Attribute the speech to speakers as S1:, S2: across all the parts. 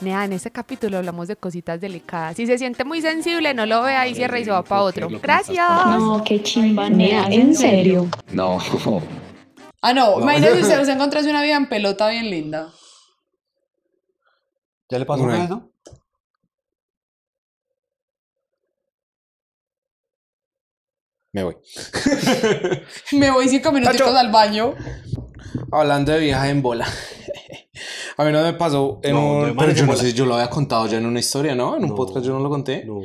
S1: Nea, en este capítulo hablamos de cositas delicadas. Si se siente muy sensible, no lo vea y cierra y se va para otro. Gracias.
S2: No, qué chimba, Nea, en serio.
S3: No.
S4: Ah, no, imagínese usted, usted encontrase una vida en pelota bien linda.
S5: ¿Ya le pasó una vez, no? Me voy.
S4: Me voy cinco minutitos
S5: Nacho.
S4: al baño.
S5: Hablando de viaje en bola. A mí no me pasó en
S6: No, no,
S5: un...
S6: hermano,
S5: pero yo
S6: en
S5: no
S6: bola.
S5: sé si yo lo había contado ya en una historia, ¿no? En un
S6: No.
S5: podcast yo no lo conté.
S6: No.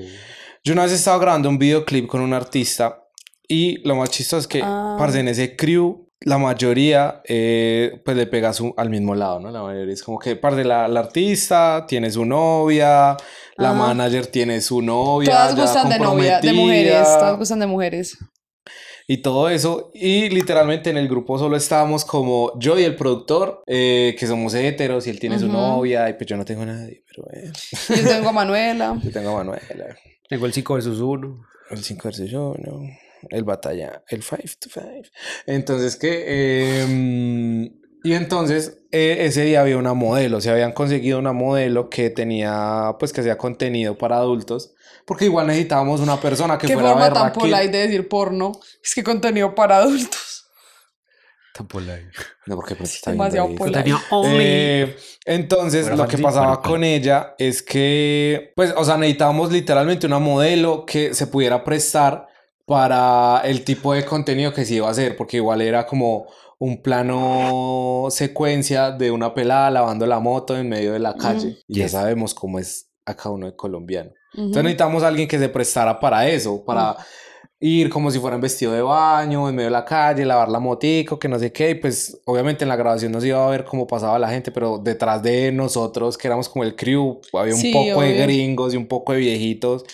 S5: Yo una vez estaba grabando un videoclip con un artista y lo más chistoso es que,
S4: Ah.
S5: parce, en ese crew, la mayoría, eh, pues le pega su- al mismo lado, ¿no? La mayoría es como que, parce, la, la artista tiene su novia, la
S4: Ajá.
S5: manager tiene su novia,
S4: Ah. Todas
S5: ya
S4: gustan de novia, de mujeres.
S5: comprometida
S4: Todas gustan de mujeres.
S5: y todo eso. Y literalmente en el grupo solo estábamos como yo y el productor, eh, que somos heteros y él tiene su
S4: Ujú.
S5: novia y pues yo no tengo a nadie, pero bueno,
S4: Yo tengo a Manuela.
S5: yo tengo a Manuela,
S6: Tengo el 5 versus 1.
S5: el 5 versus yo, no, el batalla, el 5 to 5. Entonces que... eh, y entonces eh, ese día había una modelo, se habían conseguido una modelo que tenía, pues que hacía contenido para adultos, porque igual necesitábamos una persona que
S4: Qué
S5: fuera
S4: forma tan
S5: berraquita.
S4: polite de decir porno. Es que contenido para adultos.
S6: Tampoco la
S5: No, porque pues, está bien
S4: demasiado
S5: bonito.
S4: polite.
S6: Tenía only.
S5: Eh, entonces,
S6: Fuera
S5: lo que
S6: Fancy, pues.
S5: pasaba
S6: fuera
S5: con ella es que, pues, o sea, necesitábamos literalmente una modelo que se pudiera prestar para el tipo de contenido que se iba a hacer, porque igual era como un plano secuencia de una pelada lavando la moto en medio de la calle. Y ya
S6: Yes.
S5: sabemos cómo es acá uno de colombiano.
S4: Ujú.
S5: Entonces necesitamos a alguien que se prestara para eso, para ir como si fueran vestido de baño, en medio de la calle, lavar la motico, que no sé qué. Y pues obviamente en la grabación nos iba a ver cómo pasaba la gente, pero detrás de nosotros, que éramos como el crew, había un
S4: Sí,
S5: poco de
S4: obvio.
S5: gringos y un poco de viejitos.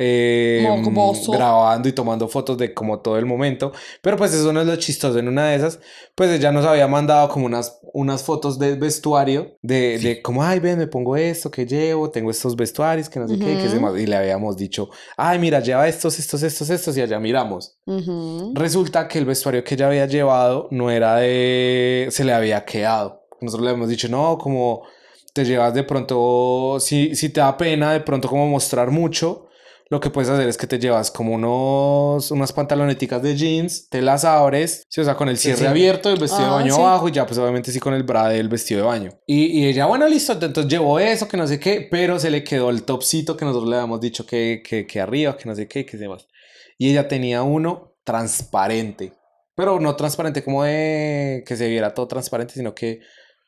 S5: eh,
S4: Mocoso.
S5: grabando y tomando fotos de como todo el momento pero pues eso no es lo chistoso en una de esas pues ella nos había mandado como unas, unas fotos de vestuario, de, de como, ay, ven, me pongo esto, que llevo, tengo estos vestuarios, que no sé qué, que se
S4: Ujú.
S5: más. Y le habíamos dicho, ay, mira, lleva estos, estos, estos, estos, y allá miramos.
S4: Ujú.
S5: Resulta que el vestuario que ella había llevado no era de, se le había quedado. Nosotros le habíamos dicho, no, como te llevas de pronto, si, si te da pena de pronto como mostrar mucho, lo que puedes hacer es que te llevas como unos, unas pantaloneticas de jeans, te las abres, sí, o sea, con el cierre
S6: sí.
S5: abierto, el vestido de
S4: Ah,
S5: baño
S4: sí.
S5: abajo y ya pues obviamente sí con el bra del vestido de baño. Y, y ella, bueno, listo, entonces llevó eso, que no sé qué, pero se le quedó el topcito que nosotros le habíamos dicho que, que, que arriba, que no sé qué, que demás. Y ella tenía uno transparente, pero no transparente como de que se viera todo transparente, sino que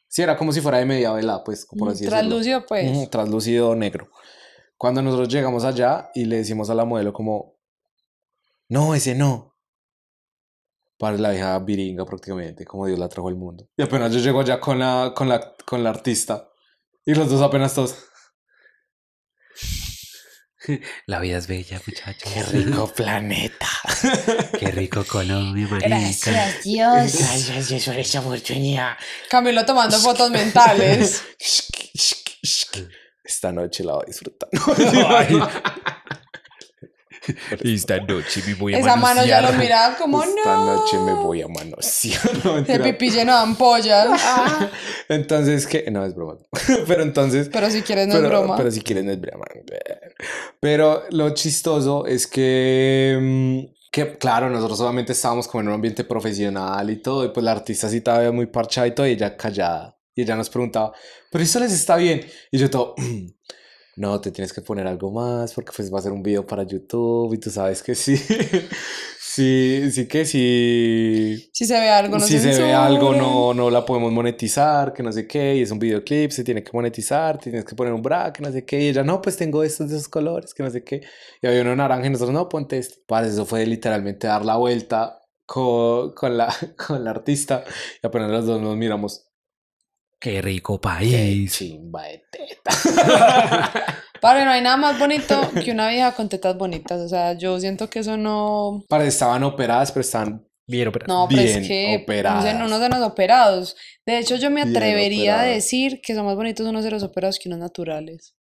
S5: sí era como si fuera de media vela, pues, por
S4: Mm,
S5: así decirlo.
S4: Translúcido, pues.
S5: Ujú, traslúcido negro. Cuando nosotros llegamos allá y le decimos a la modelo como, no, ese no. Para la vieja viringa prácticamente, como Dios la trajo al mundo. Y apenas yo llego allá con la, con la, con la artista. Y los dos apenas todos,
S6: La vida es bella, muchachos.
S5: qué rico planeta.
S6: Qué rico Colombia, marica.
S2: Gracias, Dios.
S5: Gracias, eso es oportunidad.
S4: Camilo tomando fotos mentales.
S5: Esta noche la voy a disfrutar.
S6: Esta noche me voy
S4: Esa mano ya lo miraba como
S5: Esta
S4: no.
S5: noche me voy a manosear. No,
S4: De
S5: mentira.
S4: pipí lleno de ampollas. Ah.
S5: Entonces, que no es broma. Pero entonces,
S4: Pero si quieres, no
S5: pero,
S4: es broma.
S5: pero si quieren no es broma. Pero lo chistoso es que, mm, que, claro, nosotros solamente estábamos como en un ambiente profesional y todo, y pues la artista sí estaba muy parchada y todo, y ella callada. Y ella nos preguntaba, pero eso les está bien. Y yo todo, no, te tienes que poner algo más porque pues va a ser un video para YouTube y tú sabes que sí. sí, sí que sí
S4: si se ve algo, no
S5: si se ve
S4: censuren.
S5: algo, no, no la podemos monetizar, que no sé qué, y es un videoclip, se tiene que monetizar, tienes que poner un bra, que no sé qué, y ella, no, pues tengo estos de esos colores, que no sé qué, y había uno naranja y nosotros, no, ponte este. Para eso fue literalmente dar la vuelta co- con, la, con la artista, y apenas los dos nos miramos,
S6: Qué rico
S5: qué
S6: país.
S5: chimba de teta.
S4: Padre, no hay nada más bonito que una vieja con tetas bonitas. O sea, yo siento que eso no.
S5: Para estaban operadas, pero estaban,
S6: Vieron, pero.
S4: No, pero
S5: Bien
S4: es que no,
S5: operadas.
S4: se- no nos dan los operados. De hecho, yo me
S5: Bien
S4: atrevería a
S5: operadas.
S4: decir que son más bonitos unos de los operados que unos naturales.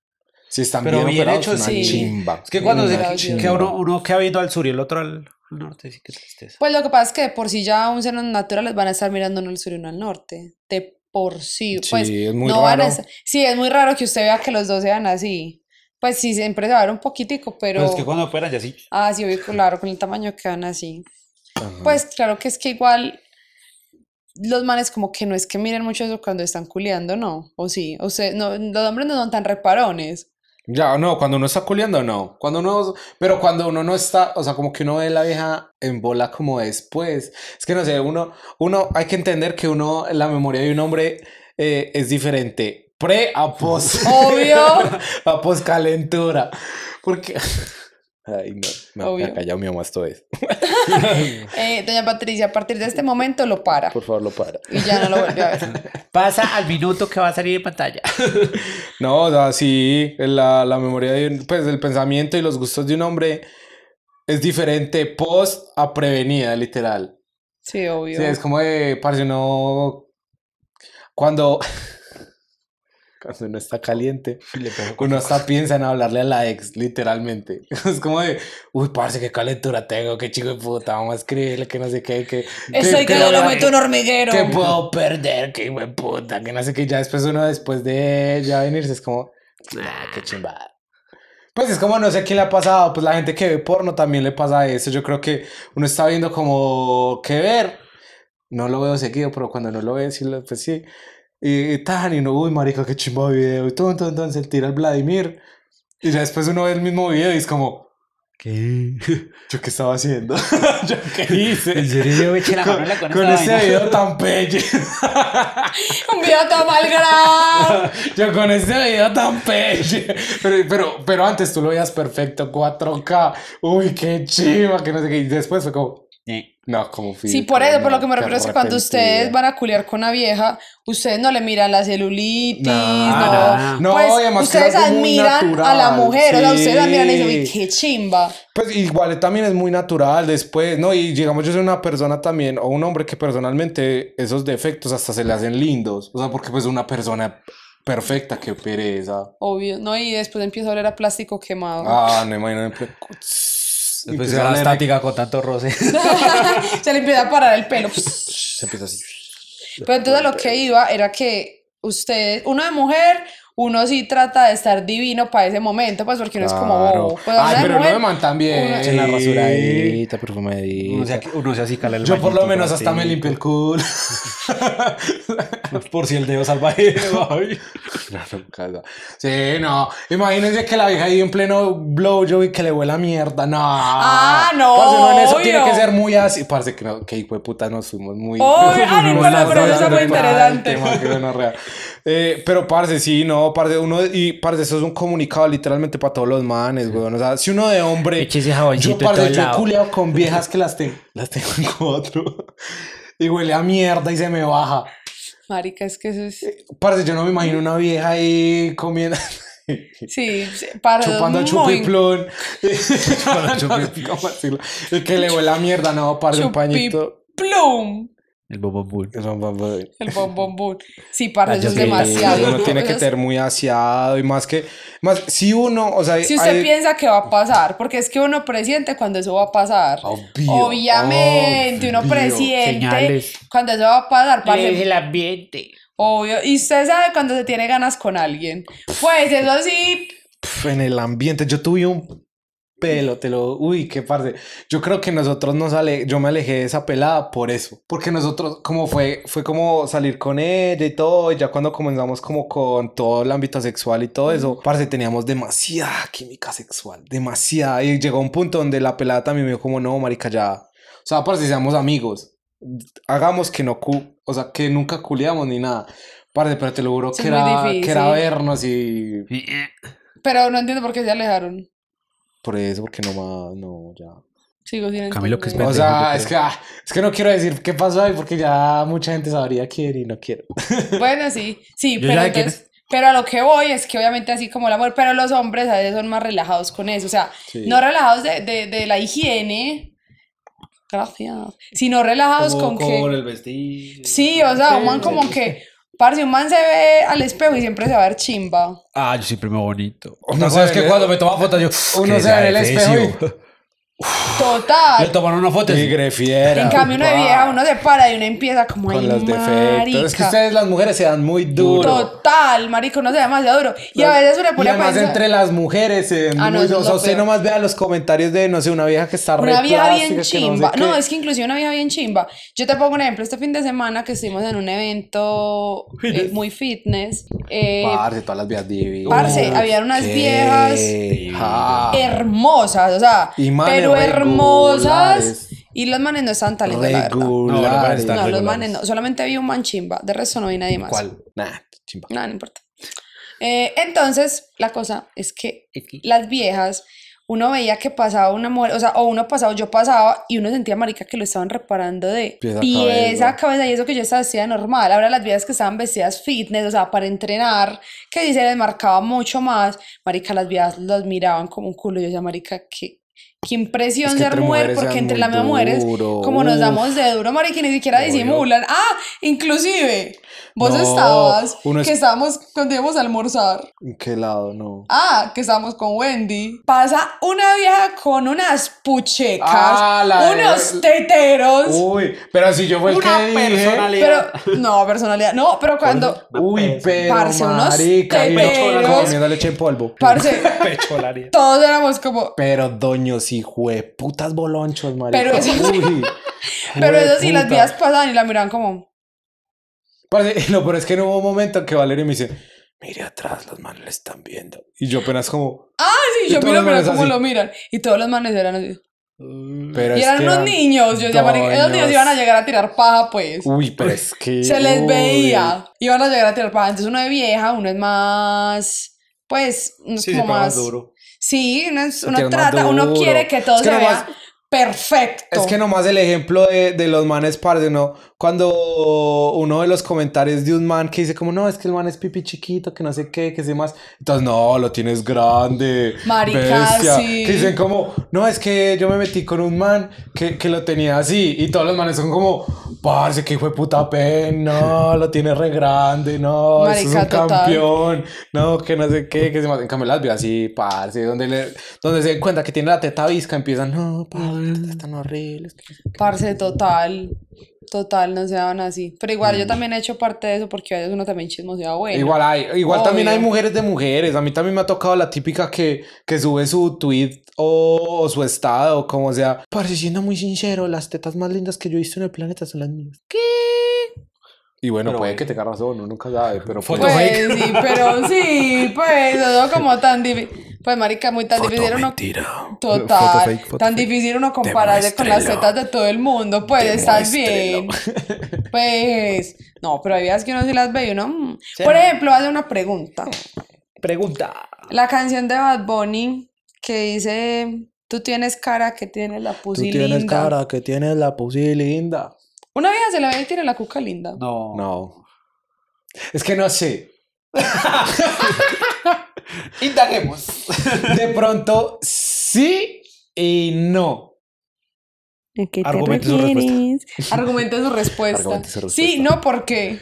S5: si están
S6: Pero
S5: bien,
S6: bien
S5: operados,
S6: hecho,
S5: una
S4: sí.
S5: chimba.
S6: Es que cuando
S5: una
S6: se
S4: Gracias.
S6: que
S5: chimba.
S6: uno, uno queda viendo al sur y el otro al al norte, sí que tristeza.
S4: Pues lo que pasa es que de por si ya un senos naturales van a estar mirando uno al sur y uno al norte. De por sí.
S5: Sí,
S4: Pues
S5: es muy
S4: no van a
S5: raro.
S4: estar- sí, es muy raro que usted vea que los dos sean así. Pues sí, siempre se va a ver un poquitico, pero.
S6: Pero es que cuando operan ya sí.
S4: Ah, sí, obvio, claro, con el tamaño que van así.
S5: Ajá.
S4: Pues claro que es que igual los manes como que no es que miren mucho eso cuando están culeando, ¿no? O sí, o sea, no, los hombres no son tan reparones.
S5: Ya, no, cuando uno está culeando, no. Cuando uno, pero cuando uno no está, o sea, como que uno ve la vieja en bola como después. Es que no sé, uno, uno, hay que entender que uno, la memoria de un hombre eh, es diferente. Pre a post.
S4: Obvio.
S5: A post calentura. Porque. Ay, no, no,
S4: Obvio.
S5: acá ya mi mamá esto es.
S4: Eh, doña Patricia, a partir de este momento lo para
S5: Por favor, lo para.
S4: y ya no lo vuelve a ver.
S6: Pasa al minuto que va a salir en pantalla.
S5: No, o sea, sí, la, la memoria de un, pues el pensamiento y los gustos de un hombre es diferente post a prevenida, literal.
S4: Sí, obvio.
S5: Sí, es como de, parce, uno cuando, cuando uno está caliente, uno hasta piensa en hablarle a la ex, literalmente. Es como de, uy, parce, qué calentura tengo, qué chico de puta, vamos a escribirle, que no sé qué, que...
S4: Estoy que no lo meto un hormiguero.
S5: Que puedo perder, que hijo de puta, que no sé qué. Ya después uno, después de ya venirse, es como, ah, qué chimbada. Pues es como, no sé quién le ha pasado, pues la gente que ve porno también le pasa eso. Yo creo que uno está viendo como que ver. No lo veo seguido, pero cuando no lo ve, sí, lo- pues sí. Y, y tan, y uno, uy, marica, qué chimba de video. Y todo, entonces tira el Vladimir. Y ya después uno ve el mismo video y es como,
S6: ¿Qué?
S5: ¿yo qué estaba haciendo? ¿Yo qué
S6: ¿En
S5: hice?
S6: serio yo eché la mano en la
S5: Con,
S6: esta
S5: ese
S6: vaina?
S5: video tan pelle.
S4: Un video tan malgrado.
S5: Yo con este video tan pelle. Pero, pero, pero antes tú lo veías perfecto, 4K. Uy, qué chiva, que no sé qué. Y después fue como.
S6: Eh,
S5: No, como fui.
S4: Sí, por eso, por lo que me refiero es que cuando ustedes van a culiar con una vieja, ustedes no le miran la celulitis,
S5: Nah,
S4: no.
S5: no,
S4: pues,
S5: y además que es
S4: ustedes
S5: algo muy
S4: admiran a la
S5: natural,
S4: mujer, o sea, ustedes la miran y dicen, uy,
S5: sí.
S4: qué chimba.
S5: Pues igual también es muy natural después, ¿no? Y digamos, yo soy una persona también, o un hombre que personalmente esos defectos hasta se le hacen lindos. O sea, porque pues una persona perfecta, qué pereza.
S4: Obvio, ¿no? Y después empieza a oler a plástico quemado.
S5: Ah, no imagino. Pues
S6: Después era la estática con tanto roce.
S4: Se le empieza a parar el pelo.
S5: Se empieza así.
S4: Pero entonces a lo que iba era que ustedes, uno de mujer, uno sí trata de estar divino para ese momento, pues porque uno es como
S5: Claro.
S4: bobo. Pues, uno
S5: Ay,
S4: de
S5: pero no
S4: mujer,
S5: me man también.
S4: uno-
S5: En la rasuradita,
S6: Uno
S5: perfumadita.
S6: se, uno se así cala el
S5: Yo por lo
S6: bañito,
S5: menos hasta me
S6: sí.
S5: limpio el culo.
S6: Por si el dedo salvaje. ay.
S5: Claro, casa. Sí, no. Imagínense que la vieja ahí en pleno blowjob y que le huela mierda. No.
S4: Ah, no,
S5: Parce, uno en eso tiene
S4: obvio.
S5: que ser muy así. Parce, que, no, que hijo de puta nos fuimos muy.
S4: Obvio. Ah, no
S5: nos
S4: importa,
S5: las
S4: pero eso
S5: dos
S4: está muy
S5: de parte,
S4: interesante.
S5: man, qué gonorrea. Eh, pero, parce, sí, no, parce, uno, y parce, eso es un comunicado literalmente para todos los manes, weón. O sea, si uno de hombre.
S6: Échese jaboncito
S5: Yo,
S6: de
S5: parce,
S6: todo
S5: yo he
S6: lado.
S5: culeado con viejas que las tengo, las tengo en cuatro. Y huele a mierda y se me baja.
S4: Marica, es que eso es.
S5: Parce, yo no me imagino una vieja ahí comiendo.
S4: Sí, sí, para dos
S5: Chupando
S4: muy-
S5: chupiplón. ¿Cómo decirlo? El que le huele a mierda, no, parce, un pañito. eh,
S4: Plum.
S6: El bobón bull.
S4: El bombombón. Sí, para
S6: Ay,
S4: eso es
S6: yo sí,
S4: demasiado.
S5: Ah, Uno tiene
S4: O
S5: que
S4: sea,
S5: ser muy aseado y más que. Más, si uno, o sea.
S4: Si usted
S5: hay-
S4: piensa que va a pasar, porque es que uno presiente cuando eso va a pasar.
S5: Obvio,
S4: Obviamente, uno
S5: obvio.
S4: presiente
S6: Señales.
S4: cuando eso va a pasar. parce.
S6: ambiente.
S4: Obvio. Y usted sabe cuando se tiene ganas con alguien. Pues eso sí.
S5: Pf, en el ambiente. Yo tuve un pelo, te lo. Uy, qué parte. Yo creo que nosotros nos ale, yo me alejé de esa pelada por eso. Porque nosotros, como fue, fue como salir con ella y todo. Y ya cuando comenzamos como con todo el ámbito sexual y todo
S4: Mm.
S5: eso, parce, teníamos demasiada química sexual. Demasiada. Y llegó un punto donde la pelada también me dijo como, no, marica, ya. O sea, parce, seamos amigos. Hagamos que no cu, o sea, que nunca culiamos ni nada. Parce, pero te lo juro
S4: Eso
S5: que
S4: es muy
S5: era, que era
S4: difícil.
S5: vernos y
S4: Pero no entiendo por qué se alejaron.
S5: por eso, porque no más, no, ya.
S4: Sigo sin
S6: Camilo, que es
S4: entender.
S5: O
S6: Pendejo,
S5: sea,
S6: yo
S5: es que, ah, es que no quiero decir qué pasó ahí porque ya mucha gente sabría quién y no quiero.
S4: Bueno, sí, sí,
S6: Yo
S4: pero
S6: ya que-
S4: entonces- pero a lo que voy es que obviamente así como el amor, pero los hombres a veces son más relajados con eso, o sea,
S5: Sí.
S4: no relajados de, de- de la higiene, gracias, sino relajados con que,
S6: el vestido.
S4: sí, o sea, un man como que, parce, un man se ve al espejo y siempre se va a ver chimba,
S6: Ah, yo siempre me veo bonito.
S5: Uno se ve en el-
S6: me toma fotos yo.
S5: Uno
S6: que
S5: se ve en el
S6: sea
S5: espejo y-
S6: defecio.
S4: Total.
S6: Le tomaron una foto. así.
S5: Tigre fiera.
S4: En cambio, una
S5: pa,
S4: vieja, uno se para y uno empieza como
S5: Con
S4: ay,
S5: los defectos. Es que
S4: marica.
S5: ustedes, las mujeres, se dan muy duro.
S4: Total, marica, uno se da demasiado duro. Y a veces uno le
S5: Y
S4: pone a
S5: además
S4: pensar.
S5: entre las mujeres, eh,
S4: Ah, no,
S5: muy-
S4: eso
S5: o
S4: es
S5: sea,
S4: lo
S5: usted
S4: peor.
S5: nomás vea los comentarios de, no sé, una vieja que está re
S4: Una vieja bien
S5: plástica, que no sé
S4: chimba.
S5: qué.
S4: No, es que inclusive una vieja bien chimba. Yo te pongo un ejemplo. Este fin de semana que estuvimos en un evento eh, muy fitness. eh,
S5: Parce, todas las vías divinas.
S4: Parce, habían unas viejas
S5: Ah,
S4: hermosas, o sea,
S5: Y manes
S4: pero hermosas.
S5: regulares.
S4: Y los manes no están tan lindos, la verdad. No,
S6: No, los manes
S5: Regulares.
S6: están
S4: los
S6: regulares.
S4: manes no. Solamente vi un man chimba. De resto no vi nadie más.
S5: ¿Cuál? Nah, chimba.
S4: Nada, no importa. Eh, entonces, la cosa es que las viejas, uno veía que pasaba una mujer, o sea, o uno pasaba, yo pasaba, y uno sentía, marica, que lo estaban reparando de
S5: Pies a
S4: pieza a
S5: cabeza.
S4: cabeza, y eso que yo estaba vestida normal. Ahora las viejas que estaban vestidas fitness, o sea, para entrenar, que sí se les marcaba mucho más, marica, las viejas los miraban como un culo, y yo decía, marica, qué, qué impresión
S5: Es que
S4: ser
S5: entre
S4: mujer,
S5: mujeres se
S4: porque
S5: dan
S4: entre
S5: muy
S4: las mismas mujeres,
S5: duro,
S4: como nos
S5: uf.
S4: damos de duro, marica, y ni siquiera
S5: Obvio.
S4: disimulan. Ah, inclusive, vos
S5: No,
S4: estabas,
S5: uno es-
S4: que estábamos cuando íbamos a almorzar.
S5: ¿En qué lado? No.
S4: Ah, que estábamos con Wendy. Pasa una vieja con unas puchecas,
S5: Ah, la de-
S4: unos teteros.
S5: Uy, pero si yo fue el
S6: Una
S5: que dije-
S6: personalidad.
S4: pero, no, personalidad. No, pero cuando.
S5: Uy, pero pues,
S4: Parce, unos
S5: marica, y
S4: teteros.
S5: uno comiendo leche en polvo.
S4: Parce,
S6: Pecholaria.
S4: todos éramos como.
S5: Pero doños y putas bolonchos, marica.
S4: Pero eso-
S5: Uy,
S4: Pero eso sí, las
S5: jueputa.
S4: viejas pasaban y la miraban como.
S5: Parce, lo peor es que no hubo un momento que Valeria me dice, mire atrás, los manes le están viendo. Y yo apenas como,
S4: Ah,
S5: Y
S4: sí, yo
S5: todos
S4: miro,
S5: los
S4: pero
S5: manes
S4: cómo
S5: así.
S4: lo miran. Y todos los manes eran así.
S5: pero
S4: Y
S5: es
S4: eran
S5: que
S4: unos niños. Yo decía, marica, esos niños
S5: doños.
S4: iban a llegar a tirar paja, pues.
S5: Uy, pero es que...
S4: Se les
S5: uy.
S4: veía. Iban a llegar a tirar paja. Entonces uno es vieja, uno es más. Pues, uno es
S6: Sí, se
S4: como
S6: pega
S4: más.
S6: más duro.
S4: Sí, uno, es- uno
S5: Tiene más
S4: trata, uno
S5: duro.
S4: quiere que todo
S5: Es que
S4: se
S5: nomás-
S4: vea perfecto.
S5: Es que nomás el ejemplo de, de los manes parce, ¿no? Cuando uno de los comentarios de un man que dice como, no, es que el man es pipi chiquito, que no sé qué, que sé más. Entonces, no, lo tienes grande.
S4: Marica, sí.
S5: Que dicen como, no, es que yo me metí con un man que, que lo tenía así. Y todos los manes son como, parce, que hijo de puta pen, no, lo tiene re grande, no, eso es
S4: Marica, total.
S5: un campeón, no, que no sé qué, que se más. En cambio, las veo así, parce, donde, le, donde se den cuenta que tiene la teta visca, empiezan, no, parce, estas tan horribles. que-
S4: Parce total. Total, no se daban así. Pero igual yo también he hecho parte de eso porque a veces uno también chismoseaba bueno.
S5: Mm. Igual hay, igual también hay
S4: obvio.
S5: mujeres de mujeres. A mí también me ha tocado la típica que, que sube su tweet o, o su estado, como sea. Parce, siendo muy sincero, las tetas más lindas que yo he visto en el planeta son las mías. ¿Qué? Y bueno,
S6: Pero
S5: puede
S6: bueno.
S5: que tenga razón, uno nunca sabe, pero
S6: Foto
S5: pues-
S4: Pues sí, pero sí, pues eso como tan difícil. Pues marica, muy tan difícil era uno. Total. tan difícil uno compararse con las tetas de todo el mundo. Pues estás bien. Pues. No, pero hay veces que uno sí las ve y uno. mm. Por ejemplo, hace una pregunta.
S6: Pregunta.
S4: La canción de Bad Bunny que dice. Tú tienes cara que tienes la
S5: Tú
S4: pusi
S5: tienes
S4: linda".
S5: cara que tienes la pussy linda.
S4: Una vieja se la ve y tiene la cuca linda.
S6: No.
S5: No. Es que no sé.
S6: Indaguemos.
S5: De pronto, sí y no.
S2: ¿A qué
S6: Argumente su respuesta.
S4: Argumenta su respuesta.
S5: Argumente su
S4: Sí,
S5: respuesta.
S4: no, ¿por qué?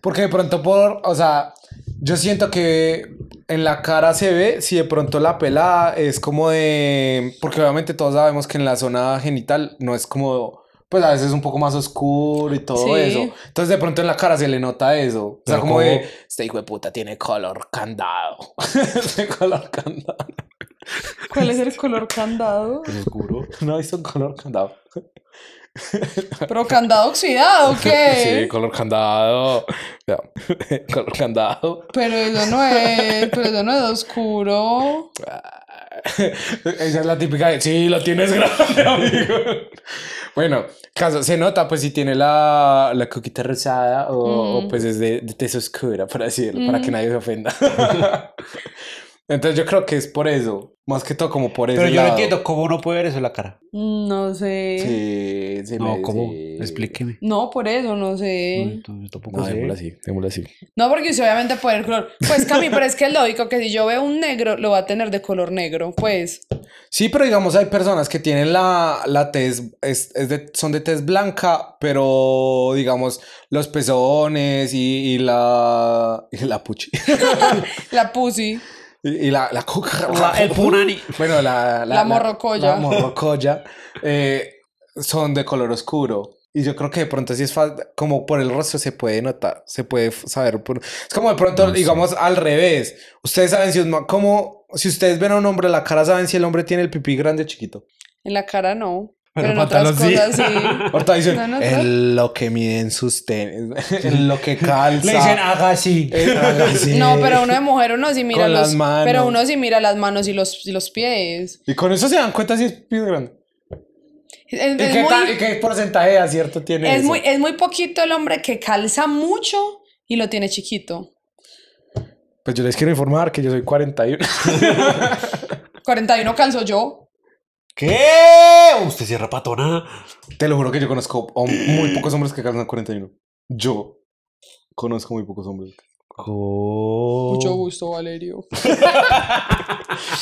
S5: Porque de pronto por, o sea, yo siento que en la cara se ve si de pronto la pelada es como de, porque obviamente todos sabemos que en la zona genital no es como, pues a veces es un poco más oscuro y todo
S4: Sí.
S5: eso. Entonces de pronto en la cara se le nota eso. O sea,
S6: Pero
S5: como
S6: ¿cómo?
S5: de, este hijo de puta tiene color candado. Tiene color candado.
S4: ¿Cuál es el
S5: Este.
S4: color candado?
S6: Es oscuro.
S5: No, hizo un color candado.
S4: ¿Pero candado oxidado o
S5: Sí,
S4: qué?
S5: color candado. Ya, color candado.
S4: Pero eso no es, pero eso no es oscuro.
S5: Esa es la típica de, sí, lo tienes grande, amigo. Bueno, caso, se nota pues si tiene la, la coquita rosada o, o, pues es de, de tez oscura, para decirlo, para que nadie se ofenda. Entonces yo creo que es por eso, más que todo como por eso.
S6: Pero yo no entiendo cómo uno puede ver eso en la cara.
S4: No sé.
S5: Sí, sí,
S6: No,
S5: me-
S6: ¿cómo?
S5: sí.
S6: Explíqueme.
S4: No, por eso, no sé.
S6: No, yo tampoco
S5: No,
S6: sé.
S5: démoslo así, démoslo así.
S4: No, porque sí, obviamente puede el color. Pues Cami, pero es que es lógico que si yo veo un negro, lo va a tener de color negro. Pues,
S5: Sí, pero digamos, hay personas que tienen la, la tez, es, es de, son de tez blanca, pero digamos, los pezones y, y la. Y la puchi.
S4: la pussy.
S5: Y, y la, la coca.
S6: La- el punani.
S5: Bueno, la,
S4: La morrocoya.
S5: La morrocoya. eh, son de color oscuro. Y yo creo que de pronto sí es fa- como por el rostro se puede notar, se puede f- saber. por- Es como de pronto,
S3: No sé.
S5: digamos, al revés. Ustedes saben si, un ma- como, si ustedes ven a un hombre la cara, saben si el hombre tiene el pipí grande o chiquito.
S4: En la cara no. Pero, en otras
S6: pantalón sí.
S4: cosas sí.
S5: Ahorita dicen,
S4: No, no, no.
S5: en lo que miden sus tenis, en lo que calza.
S6: Le dicen, haga así.
S5: en algo así".
S4: No, pero uno de mujer uno sí mira
S5: Con las
S4: los
S5: manos.
S4: pero uno sí mira las manos y los, y los pies.
S5: Y con eso se dan cuenta si es pipí grande.
S4: Es,
S5: ¿Y
S4: es
S5: qué,
S4: muy,
S5: tal- y qué porcentaje de acierto tiene
S4: es
S5: eso?
S4: muy es muy poquito el hombre que calza mucho y lo tiene chiquito.
S5: Pues yo les quiero informar que yo soy 41.
S4: 41 calzo yo.
S6: ¿Qué? Usted cierra patona.
S5: Te lo juro que yo conozco hom- muy pocos hombres que calzan 41. Yo conozco muy pocos hombres. Oh.
S4: Mucho gusto, Valerio.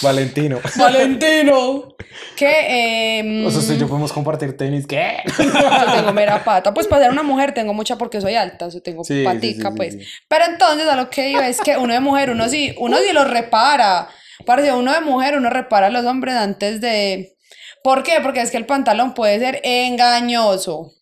S5: Valentino.
S4: Valentino. Que em,
S5: O sea, usted y yo podemos compartir tenis. ¿Qué?
S4: yo tengo mera pata. Pues para ser una mujer tengo mucha porque soy alta, o sea, tengo
S5: Sí, sí,
S4: patica,
S5: sí, sí,
S4: pues.
S5: sí.
S4: Pero entonces a lo que iba es que uno de mujer, uno sí, uno sí los repara. Parece uno de mujer, uno repara a los hombres antes de. ¿Por qué? Porque es que el pantalón puede ser engañoso.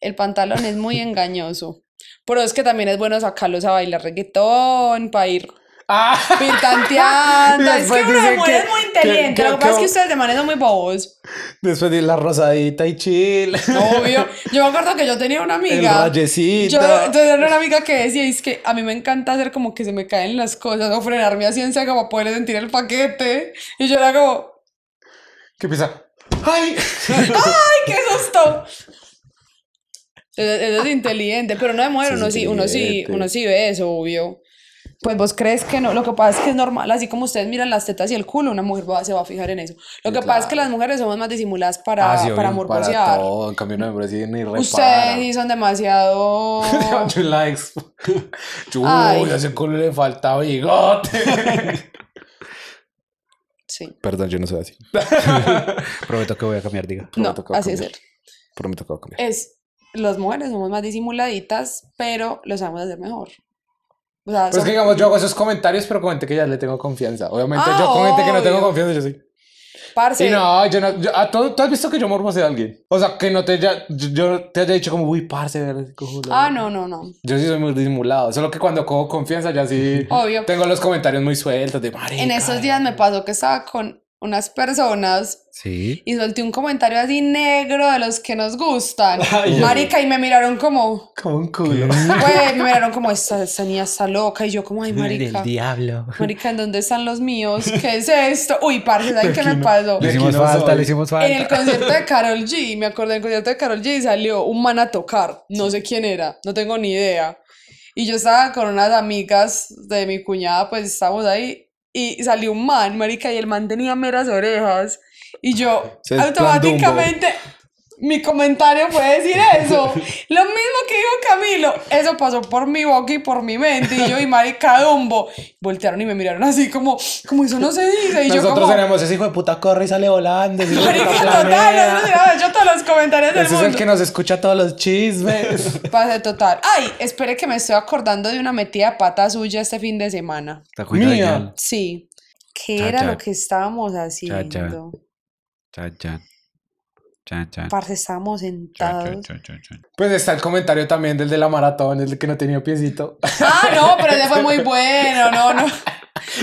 S4: El pantalón es muy engañoso. Pero es que también es bueno sacarlos a bailar reggaetón, para ir
S5: Ah,
S4: pintanteando.
S5: Y
S4: Es que
S5: después
S4: uno de
S5: dicen
S4: mujer
S5: que-
S4: es muy inteligente.
S5: que-
S4: lo que pasa es
S5: que-
S4: que ustedes de manera son muy bobos.
S5: después de la rosadita y chill.
S4: Obvio. Yo me acuerdo que yo tenía una
S5: El
S4: amiga.
S5: rayecito.
S4: Yo entonces era una amiga que decía, es que a mí me encanta hacer como que se me caen las cosas o frenarme así en seco para poder sentir el paquete. Y yo era como,
S5: ¿Qué piensa? ¡Ay!
S4: ¡ay, qué susto! Eso, eso es inteligente, pero no de mujer,
S5: Eso es
S4: uno sí, uno sí,
S5: inteligente.
S4: uno sí ve eso, obvio. Pues vos crees que no, lo que pasa es que es normal, así como ustedes miran las tetas y el culo, una mujer va- se va a fijar en eso. Lo que pasa es que
S5: claro.
S4: las mujeres somos más disimuladas para,
S6: Ah, sí, obvio,
S4: para
S6: para
S5: Para
S4: morbosear.
S5: todo. En cambio, no me parece ni
S4: Ustedes
S5: repara.
S4: sí son demasiado...
S5: Yo en la expo. Yo,
S4: Ay.
S5: uy, a ese culo le falta bigote.
S4: Sí,
S5: Perdón, yo no soy así.
S6: Prometo que voy a cambiar, diga.
S4: no,
S5: Prometo que va a
S4: así es
S5: cambiar.
S4: él.
S5: Prometo que va a cambiar.
S4: es las mujeres somos más disimuladitas, pero lo sabemos hacer mejor. O sea,
S5: Pues
S4: Ah, son-
S5: que digamos, yo hago esos comentarios, pero comenté que ya le tengo confianza. Obviamente,
S4: Ah,
S5: yo comenté que no tengo
S4: obvio.
S5: confianza, yo sí.
S4: parce,
S5: Y no, yo no. yo- ah, ¿tú, tú has visto que yo morboseo a alguien? O sea, que no te haya. Yo, yo te haya dicho como, uy, parce, ver, cojo la-".
S4: Ah, no, no, no.
S5: Yo sí soy muy disimulado. Solo que cuando cojo confianza, ya sí.
S4: Obvio.
S5: Tengo los comentarios muy sueltos de marica.
S4: En esos días me pasó que estaba con unas personas
S6: Sí.
S4: y solté un comentario así negro de los que nos gustan.
S5: Ay,
S4: Marica, y me miraron como,
S5: Como un culo.
S4: güey, me miraron como, esta, esta niña está loca. Y yo como, ay, marica,
S6: El diablo.
S4: marica, ¿en dónde están los míos? ¿Qué es esto? Uy, parce, ¿saben qué me pasó?
S5: De
S6: Le
S5: aquí
S6: hicimos
S5: no
S6: falta,
S5: soy.
S6: le hicimos
S4: En el
S6: falta.
S4: concierto de Carol G, me acordé en el concierto de Carol G salió un man a tocar, no sé quién era, no tengo ni idea. Y yo estaba con unas amigas de mi cuñada, pues estábamos ahí, y salió un man, marica, y el man tenía meras orejas. Y yo
S5: Ese es plan
S4: automáticamente, mi comentario fue decir eso. Lo mismo que dijo Camilo, eso pasó por mi boca y por mi mente. Y yo y marica Dumbo, voltearon y me miraron así como, como eso no se dice. Y yo
S5: Nosotros
S4: como...
S5: éramos ese hijo de puta corre y sale volando. ese hijo de puta
S4: Marica,
S5: planea.
S4: total, nosotros hubiéramos hecho todos los comentarios del
S5: Ese es el
S4: mundo.
S5: que nos escucha todos los chismes.
S4: Pase total. Ay, espere que me estoy acordando de una metida de pata suya este fin de semana.
S6: Está
S5: Mía.
S6: cuidado.
S4: Sí. ¿Qué
S6: Cha,
S4: era
S6: cha.
S4: lo que estábamos haciendo?
S3: Chan, chan. Chan, chan.
S4: Parce, estábamos
S3: Chan, chan,
S4: sentados.
S3: chan, chan, chan.
S5: Pues está el comentario también del de la maratón, el que no tenía piecito.
S4: Ah, no, pero ese fue muy bueno. No, no.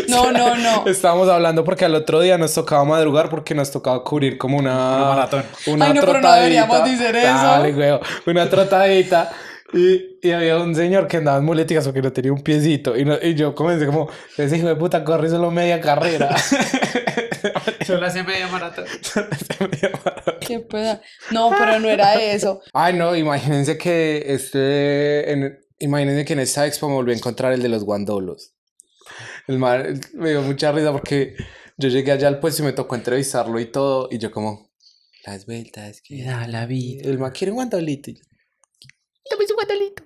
S4: No, no, no.
S5: Estábamos hablando porque al otro día nos tocaba madrugar porque nos tocaba cubrir como una,
S6: Una maratón.
S5: Una
S4: Ay, no, pero no
S5: trotadita.
S4: deberíamos decir eso.
S5: Dale, huevo. Una trotadita. Y, y había un señor que andaba en muleticas porque no tenía un piecito. Y, no- y yo comencé como, ese hijo de puta corre solo media carrera.
S3: Solo hace media maratón.
S4: Qué peda. No, pero no era eso.
S5: Ay, no, imagínense que este. en- imagínense que en esta expo me volví a encontrar el de los guandolos. El mar me dio mucha risa porque yo llegué allá al puesto y me tocó entrevistarlo y todo. Y yo, como, las vueltas que da la vida. El man quiere un guandolito. Y yo,
S1: Dame su guandolito.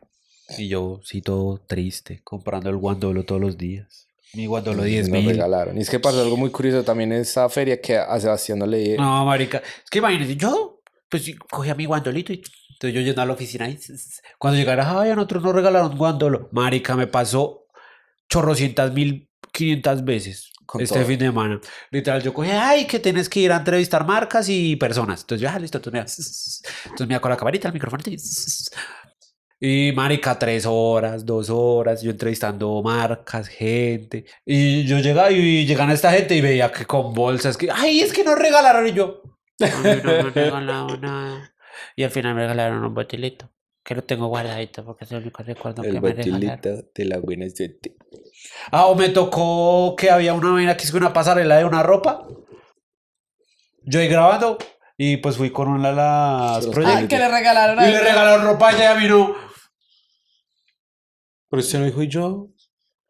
S6: Y yo, sí, todo triste, comprando el guandolo todos los días. Mi guandolo
S5: Y
S6: 10
S5: nos
S6: mil.
S5: regalaron. Y es que pasó algo muy curioso también en esa feria que a Sebastián no le
S6: No, marica. Es que imagínate, yo, pues sí, cogía mi guandolito y entonces yo llenaba la oficina y s- s- cuando llegara, ay, a nosotros nos regalaron un guandolo. Marica, me pasó chorrocientas mil 500 veces
S5: Con
S6: este
S5: todo.
S6: fin de semana. Literal, yo cogí, ay, que tienes que ir a entrevistar marcas y personas. Entonces yo, ah, listo, entonces mira, entonces mira con la camarita, el micrófono. Y marica, tres horas, dos horas, yo entrevistando marcas, gente. Y yo llegaba y llegan a esta gente y veía que con bolsas, que, ay, es que no regalaron. Y yo, "A mí no me regalaron nada. Y al final me regalaron un botilito, que lo tengo guardadito porque es el único recuerdo que
S5: El
S6: me regalaron.
S5: batilita de la buena suerte.
S6: Ah, o me tocó que había una vaina que es que una pasarela de una ropa. Yo ahí grabando y pues fui con una de las
S5: Los
S6: proyectos.
S4: Ah, que le regalaron a
S6: Y le regalaron ropa y ella vino.
S5: Pero usted no dijo y yo.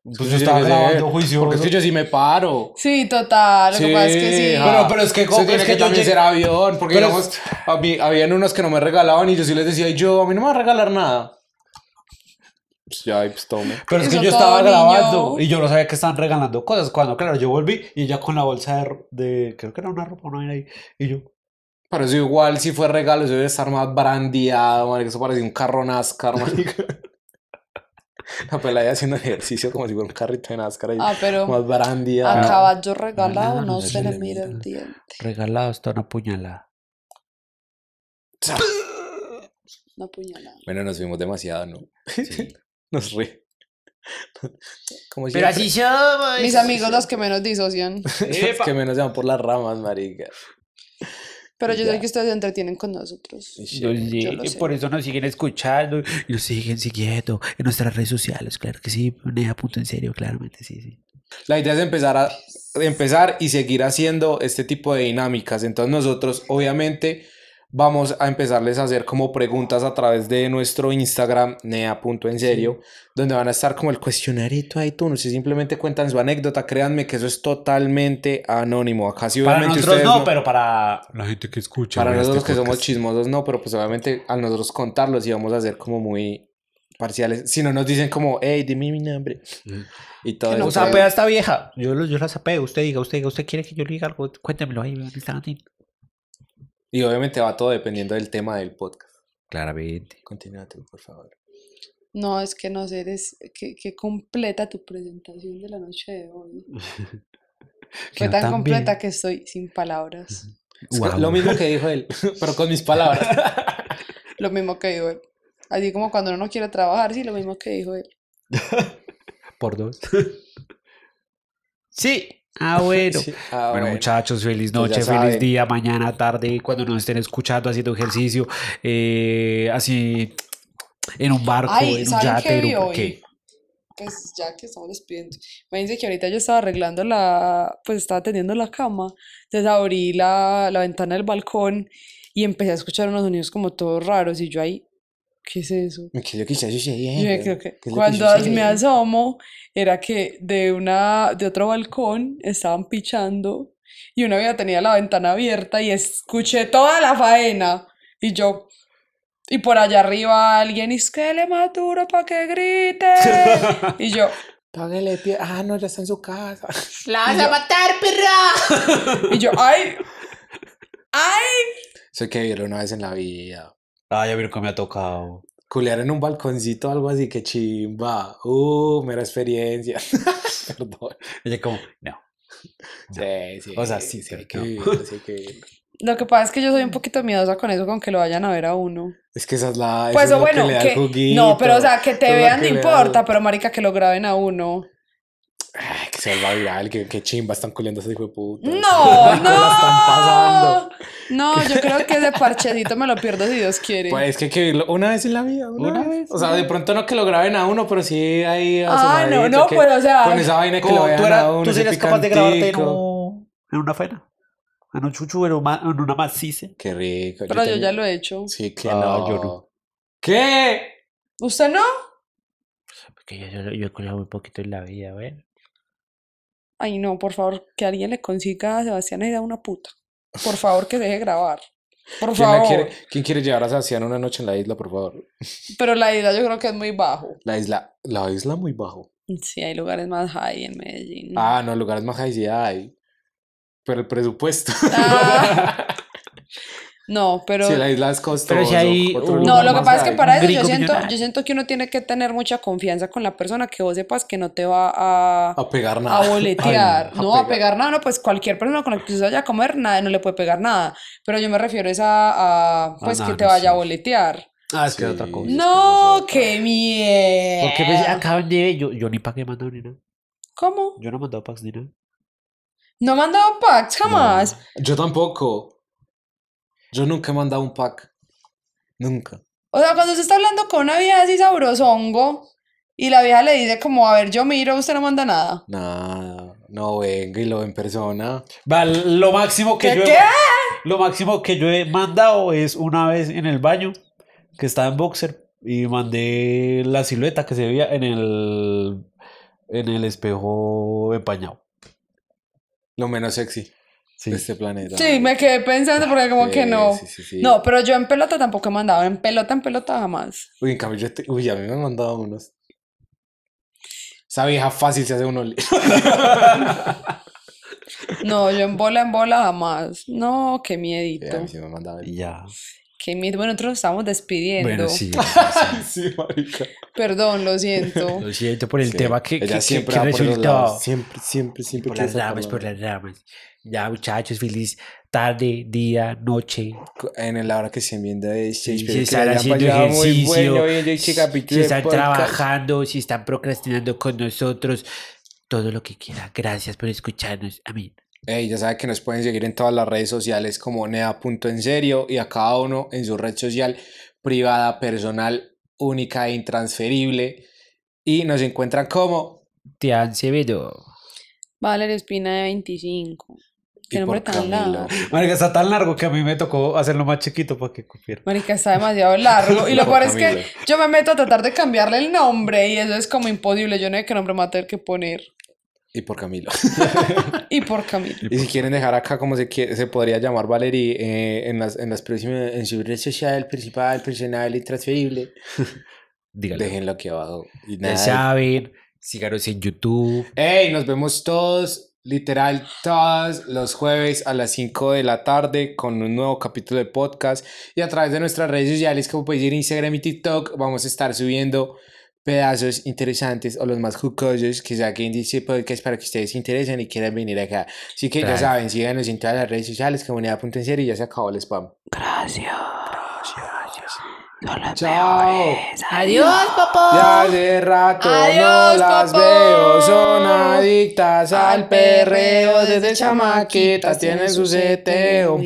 S5: Pues
S6: yo estaba grabando juicioso.
S5: Porque es que yo sí me paro.
S4: Sí, total. Lo que pasa es que sí.
S5: ah.
S6: Pero- pero es que como-
S5: Eso tiene
S6: es
S5: que,
S6: que yo
S5: también
S6: llegué-
S5: ser avión. Porque
S6: Pero-
S5: digamos, a mí- habían unos que no me regalaban y yo sí les decía, "Ay, yo, a mí no me va a regalar nada. Pues ya, y pues tome.
S6: Pero es que
S4: Eso
S6: yo estaba
S4: todo,
S6: grabando
S4: niño.
S6: y yo no sabía que estaban regalando cosas. Cuando, claro, yo volví y ella con la bolsa de, ro- de- creo que era una ropa, una vaina ahí. Y yo,
S5: Pero eso igual si fue regalo, eso debe estar más brandeado, marica. Eso parecía un carro NASCAR, marica. La pelada haciendo ejercicio como si fuera un carrito de NASCAR ahí.
S4: Ah, pero
S5: más brandeado.
S4: a caballo regalado
S6: Ah,
S4: no
S6: no
S4: se
S6: se
S4: le
S6: le
S4: mira el
S6: mira.
S4: diente.
S6: regalado, está una puñalada.
S4: Una puñalada.
S5: Bueno, nos vimos demasiado, ¿no? Nos ríe. Como
S6: Pero
S5: siempre,
S6: así somos.
S4: Mis amigos los que menos disocian.
S5: los que menos se van por las ramas, marica.
S4: Pero yo sé
S5: Ya.
S4: que ustedes se entretienen con nosotros.
S6: Yo sí,
S4: yo lo
S6: y
S4: sé.
S6: por eso nos siguen escuchando y nos siguen siguiendo en nuestras redes sociales, claro que sí, Nea punto en serio, claramente sí, sí.
S5: La idea es empezar a empezar y seguir haciendo este tipo de dinámicas. Entonces nosotros obviamente vamos a empezarles a hacer como preguntas a través de nuestro Instagram nea.enserio, serio donde van a estar como el cuestionarito ahí tú, no sé, simplemente cuentan su anécdota, créanme que eso es totalmente anónimo. Acá sí
S6: Para
S5: obviamente
S6: nosotros
S5: ustedes
S6: no,
S5: no-
S6: pero para
S3: La gente que escucha.
S5: para
S3: güey, este
S5: nosotros que somos
S3: podcast.
S5: chismosos no, pero pues obviamente a nosotros contarlos y vamos a ser como muy parciales, si no nos dicen como, hey, dime mi nombre
S3: Mm.
S5: y todo
S4: Que no
S5: eso. pues,
S6: O
S4: sea,
S5: pero-
S6: sapea esta vieja. Yo, lo- yo la sapeo. Usted diga, usted diga, usted quiere que yo le diga algo. Cuéntemelo ahí, vean, está latín.
S5: Y obviamente va todo dependiendo del tema del podcast.
S6: Claramente.
S5: Continúa tú, por favor.
S4: No, es que no sé, eres que, que completa tu presentación de la noche de hoy. Fue
S6: Quedó
S4: tan
S6: tan
S4: completa
S6: bien.
S4: que estoy sin palabras.
S5: Es
S6: Guau.
S5: Lo mismo que dijo él, pero con mis palabras.
S4: Lo mismo que dijo él. Así como cuando uno no quiere trabajar, sí, lo mismo que dijo él.
S6: Por dos. sí. Ah, bueno.
S5: Sí. Ah,
S6: Bueno, muchachos,
S5: Pues
S6: feliz
S5: ya
S6: noche, feliz
S5: saben.
S6: día, mañana, tarde, cuando nos estén escuchando, haciendo ejercicio, eh, así en un barco,
S4: Ay,
S6: en un
S4: ¿saben
S6: yate,
S4: qué
S6: en
S4: vi
S6: un-
S4: hoy?
S6: ¿qué?
S4: Pues ya que estamos despidiendo. Imagínense que ahorita yo estaba arreglando la, pues estaba tendiendo la cama. Entonces abrí la, la ventana del balcón y empecé a escuchar unos sonidos como todos raros y yo ahí, ¿qué es eso?
S5: Que yo eh, quise
S4: Yo ya
S5: sucediendo.
S4: creo que
S5: ¿Qué es lo
S4: cuando
S5: sucede?
S4: me asomo era que de una de otro balcón estaban pichando y una había tenía la ventana abierta y escuché toda la faena y yo y por allá arriba alguien es que le maturo para que grite y yo
S5: Págale pie. Ah, no, ya está en su casa.
S4: la vas a matar perra y yo ay ay
S5: Eso que vieron una vez en la vida.
S6: Ay, a ver que me ha tocado.
S5: Culear en un balconcito o algo así, que chimba. Uh, mera experiencia. Perdón.
S6: Ella como, no.
S5: Sí, sí.
S6: O sea, sí,
S5: sí,
S6: pero
S5: que
S6: no.
S5: vivirlo, sí, que vivirlo.
S4: lo que pasa es que yo soy un poquito miedosa con eso con que lo vayan a ver a uno
S5: Es que esa es la.
S4: Pues
S5: eso es lo
S4: bueno,
S5: que le da el
S4: que no, pero o
S5: juguito.
S4: sea, que te
S5: Eso es lo
S4: vean no
S5: que le da
S4: importa,
S5: el-
S4: pero marica que lo graben a uno.
S5: Ay, que se vuelva viral, que, que chimba están culiando ese hijo de puta.
S4: No,
S5: ¿Qué cosas están
S4: no.
S5: pasando?
S4: No, yo creo que ese parchecito me lo pierdo si Dios quiere.
S5: Pues es que hay que vivirlo una vez en la vida, una,
S6: Una
S5: vez.
S6: vez,
S5: O sea,
S6: una
S5: de
S6: vez.
S5: pronto no que lo graben a uno, pero sí ahí a su
S4: Ah, no,
S5: madrito,
S4: no,
S5: que-
S4: pues, o sea,
S5: Con esa vaina que
S6: Como
S5: lo vean
S6: tú, eras-
S5: a uno,
S6: tú
S5: ese
S6: serías capaz de grabarte en,
S5: picantico.
S6: un- en una faena, en un chuchu, en, un ma- en una maciza.
S5: Qué rico.
S4: pero yo ya
S5: también-
S4: lo he hecho.
S5: Sí, que
S6: Ah,
S5: no.
S6: yo no.
S5: ¿Qué?
S4: ¿Usted no?
S6: Porque yo, yo, yo he colado muy poquito en la vida, ¿ven?
S4: Ay, no, por favor, que alguien le consiga a Sebastián Aida una puta. Por favor, que deje grabar. Por
S5: ¿Quién, la
S4: favor.
S5: quiere, ¿Quién quiere llevar a Sebastián una noche en la isla, por favor?
S4: Pero la idea yo creo que es muy bajo.
S5: La isla, la isla muy bajo.
S4: Sí, hay lugares más high en Medellín.
S5: Ah, no, lugares más high sí hay. Pero el presupuesto.
S4: Ah. No, pero...
S5: Si la isla es costosa.
S6: Pero si hay un-
S4: No, lo que
S6: más
S4: pasa es que
S6: hay.
S4: para eso yo
S6: Gringo
S4: siento,
S6: millonario.
S4: yo siento que uno tiene que tener mucha confianza con la persona que vos sepas que no te va a,
S5: A pegar nada.
S4: a boletear,
S5: Ay,
S4: no a pegar nada, no, pues cualquier persona con la que se vaya a comer, nada, no le puede pegar nada. Pero yo me refiero es a, a, pues que
S6: nada,
S4: te vaya a
S6: sí.
S4: boletear.
S6: Ah, es que
S5: Sí.
S6: otra cosa.
S5: es que
S4: No,
S5: nosotros-
S4: qué mierda.
S6: Porque pues, acaban de yo, yo ni pagué mandado ni nada.
S4: ¿Cómo?
S6: Yo no he mandado packs ni nada.
S4: No he mandado packs jamás.
S5: Yo tampoco. Yo nunca he mandado un pack. Nunca.
S4: O sea, cuando usted está hablando con una vieja así sabrosongo y la vieja le dice como, a ver, yo miro, usted no manda nada.
S5: Nada. No venga y lo en persona.
S6: Va, lo máximo que
S4: ¿Qué,
S6: yo
S4: qué?
S6: He, lo máximo que yo he mandado es una vez en el baño que estaba en boxer y mandé la silueta que se veía en el en el espejo empañado.
S5: Lo menos sexy
S6: Sí.
S5: de este planeta.
S4: Sí, me quedé pensando porque como que
S5: Sí,
S4: no.
S5: sí, sí, sí.
S4: No, pero yo en pelota tampoco he mandado, en pelota, en pelota jamás.
S5: Uy, en cambio, yo te- Uy, a mí me han mandado unos. Esa vieja fácil se hace uno.
S4: No, yo en bola, en bola jamás. No, qué
S5: Eh, a
S4: miedito.
S5: mí sí me han mandado.
S6: Y ya.
S4: Qué miedo. Bueno, nosotros nos estamos despidiendo.
S6: Bueno, sí.
S5: Sí, marica.
S4: Perdón, lo siento.
S6: Lo siento por el
S5: Sí,
S6: tema que,
S5: ella
S6: que- que-
S5: siempre
S6: que
S5: va por los
S6: resultó.
S5: lados. Siempre, siempre, siempre.
S6: Por
S5: quiere
S6: las ramas,
S5: sacarlo.
S6: por las ramas. Ya, muchachos, feliz tarde, día, noche.
S5: En la hora que se enmienda de
S6: Sí,
S5: Shakespeare.
S6: si
S5: que
S6: están
S5: le hayan
S6: haciendo
S5: pasado muy
S6: ejercicio,
S5: bueno hoy en este capítulo
S6: si
S5: de
S6: están
S5: podcast.
S6: trabajando, si están procrastinando con nosotros, todo lo que quieran. Gracias por escucharnos. Amén.
S5: Ey, ya saben que nos pueden seguir en todas las redes sociales como nea.enserio y a cada uno en su red social privada, personal, única e intransferible. Y nos encuentran como...
S6: Te han severo.
S4: Valeria Espina de 25. Qué
S5: y
S4: nombre
S5: por
S4: tan
S5: Camilo.
S4: largo.
S6: Marica, está tan largo que a mí me tocó hacerlo más chiquito para que cupiera.
S4: Marica, está demasiado largo. Y lo
S5: Por
S4: peor es que
S5: Camilo.
S4: yo me meto a tratar de cambiarle el nombre y eso es como imposible. Yo no sé qué nombre me voy a tener que poner.
S5: Y por Camilo.
S4: Y por Camilo.
S5: Y si quieren dejar acá como se, quie- se podría llamar Valerie eh, en, las, en las próximas, en su red social principal, personal, intransferible,
S6: Dígalo.
S5: déjenlo aquí abajo. Y
S6: Ya
S5: nada.
S6: saben, síganos en YouTube.
S5: Ey, nos vemos todos, literal, todos los jueves a las 5 de la tarde con un nuevo capítulo de podcast. Y a través de nuestras redes sociales, como pueden ir Instagram y TikTok, vamos a estar subiendo pedazos interesantes o los más jucosos que saquen dice podcast para que ustedes se interesen y quieran venir acá. Así que ya
S6: Claro.
S5: saben, síganos en todas las redes sociales, comunidad.enserio y ya se acabó el spam. Gracias. Gracias.
S1: Adiós, papá.
S5: Chao. Ya hace rato
S4: Adiós,
S5: no las
S4: papá.
S5: veo, son adictas
S4: Al
S5: al perreo
S4: perreo
S5: desde
S4: desde
S5: chamaquitas,
S4: chamaquitas,
S5: tienen
S4: tienen
S5: su
S4: su seteo.
S5: seteo.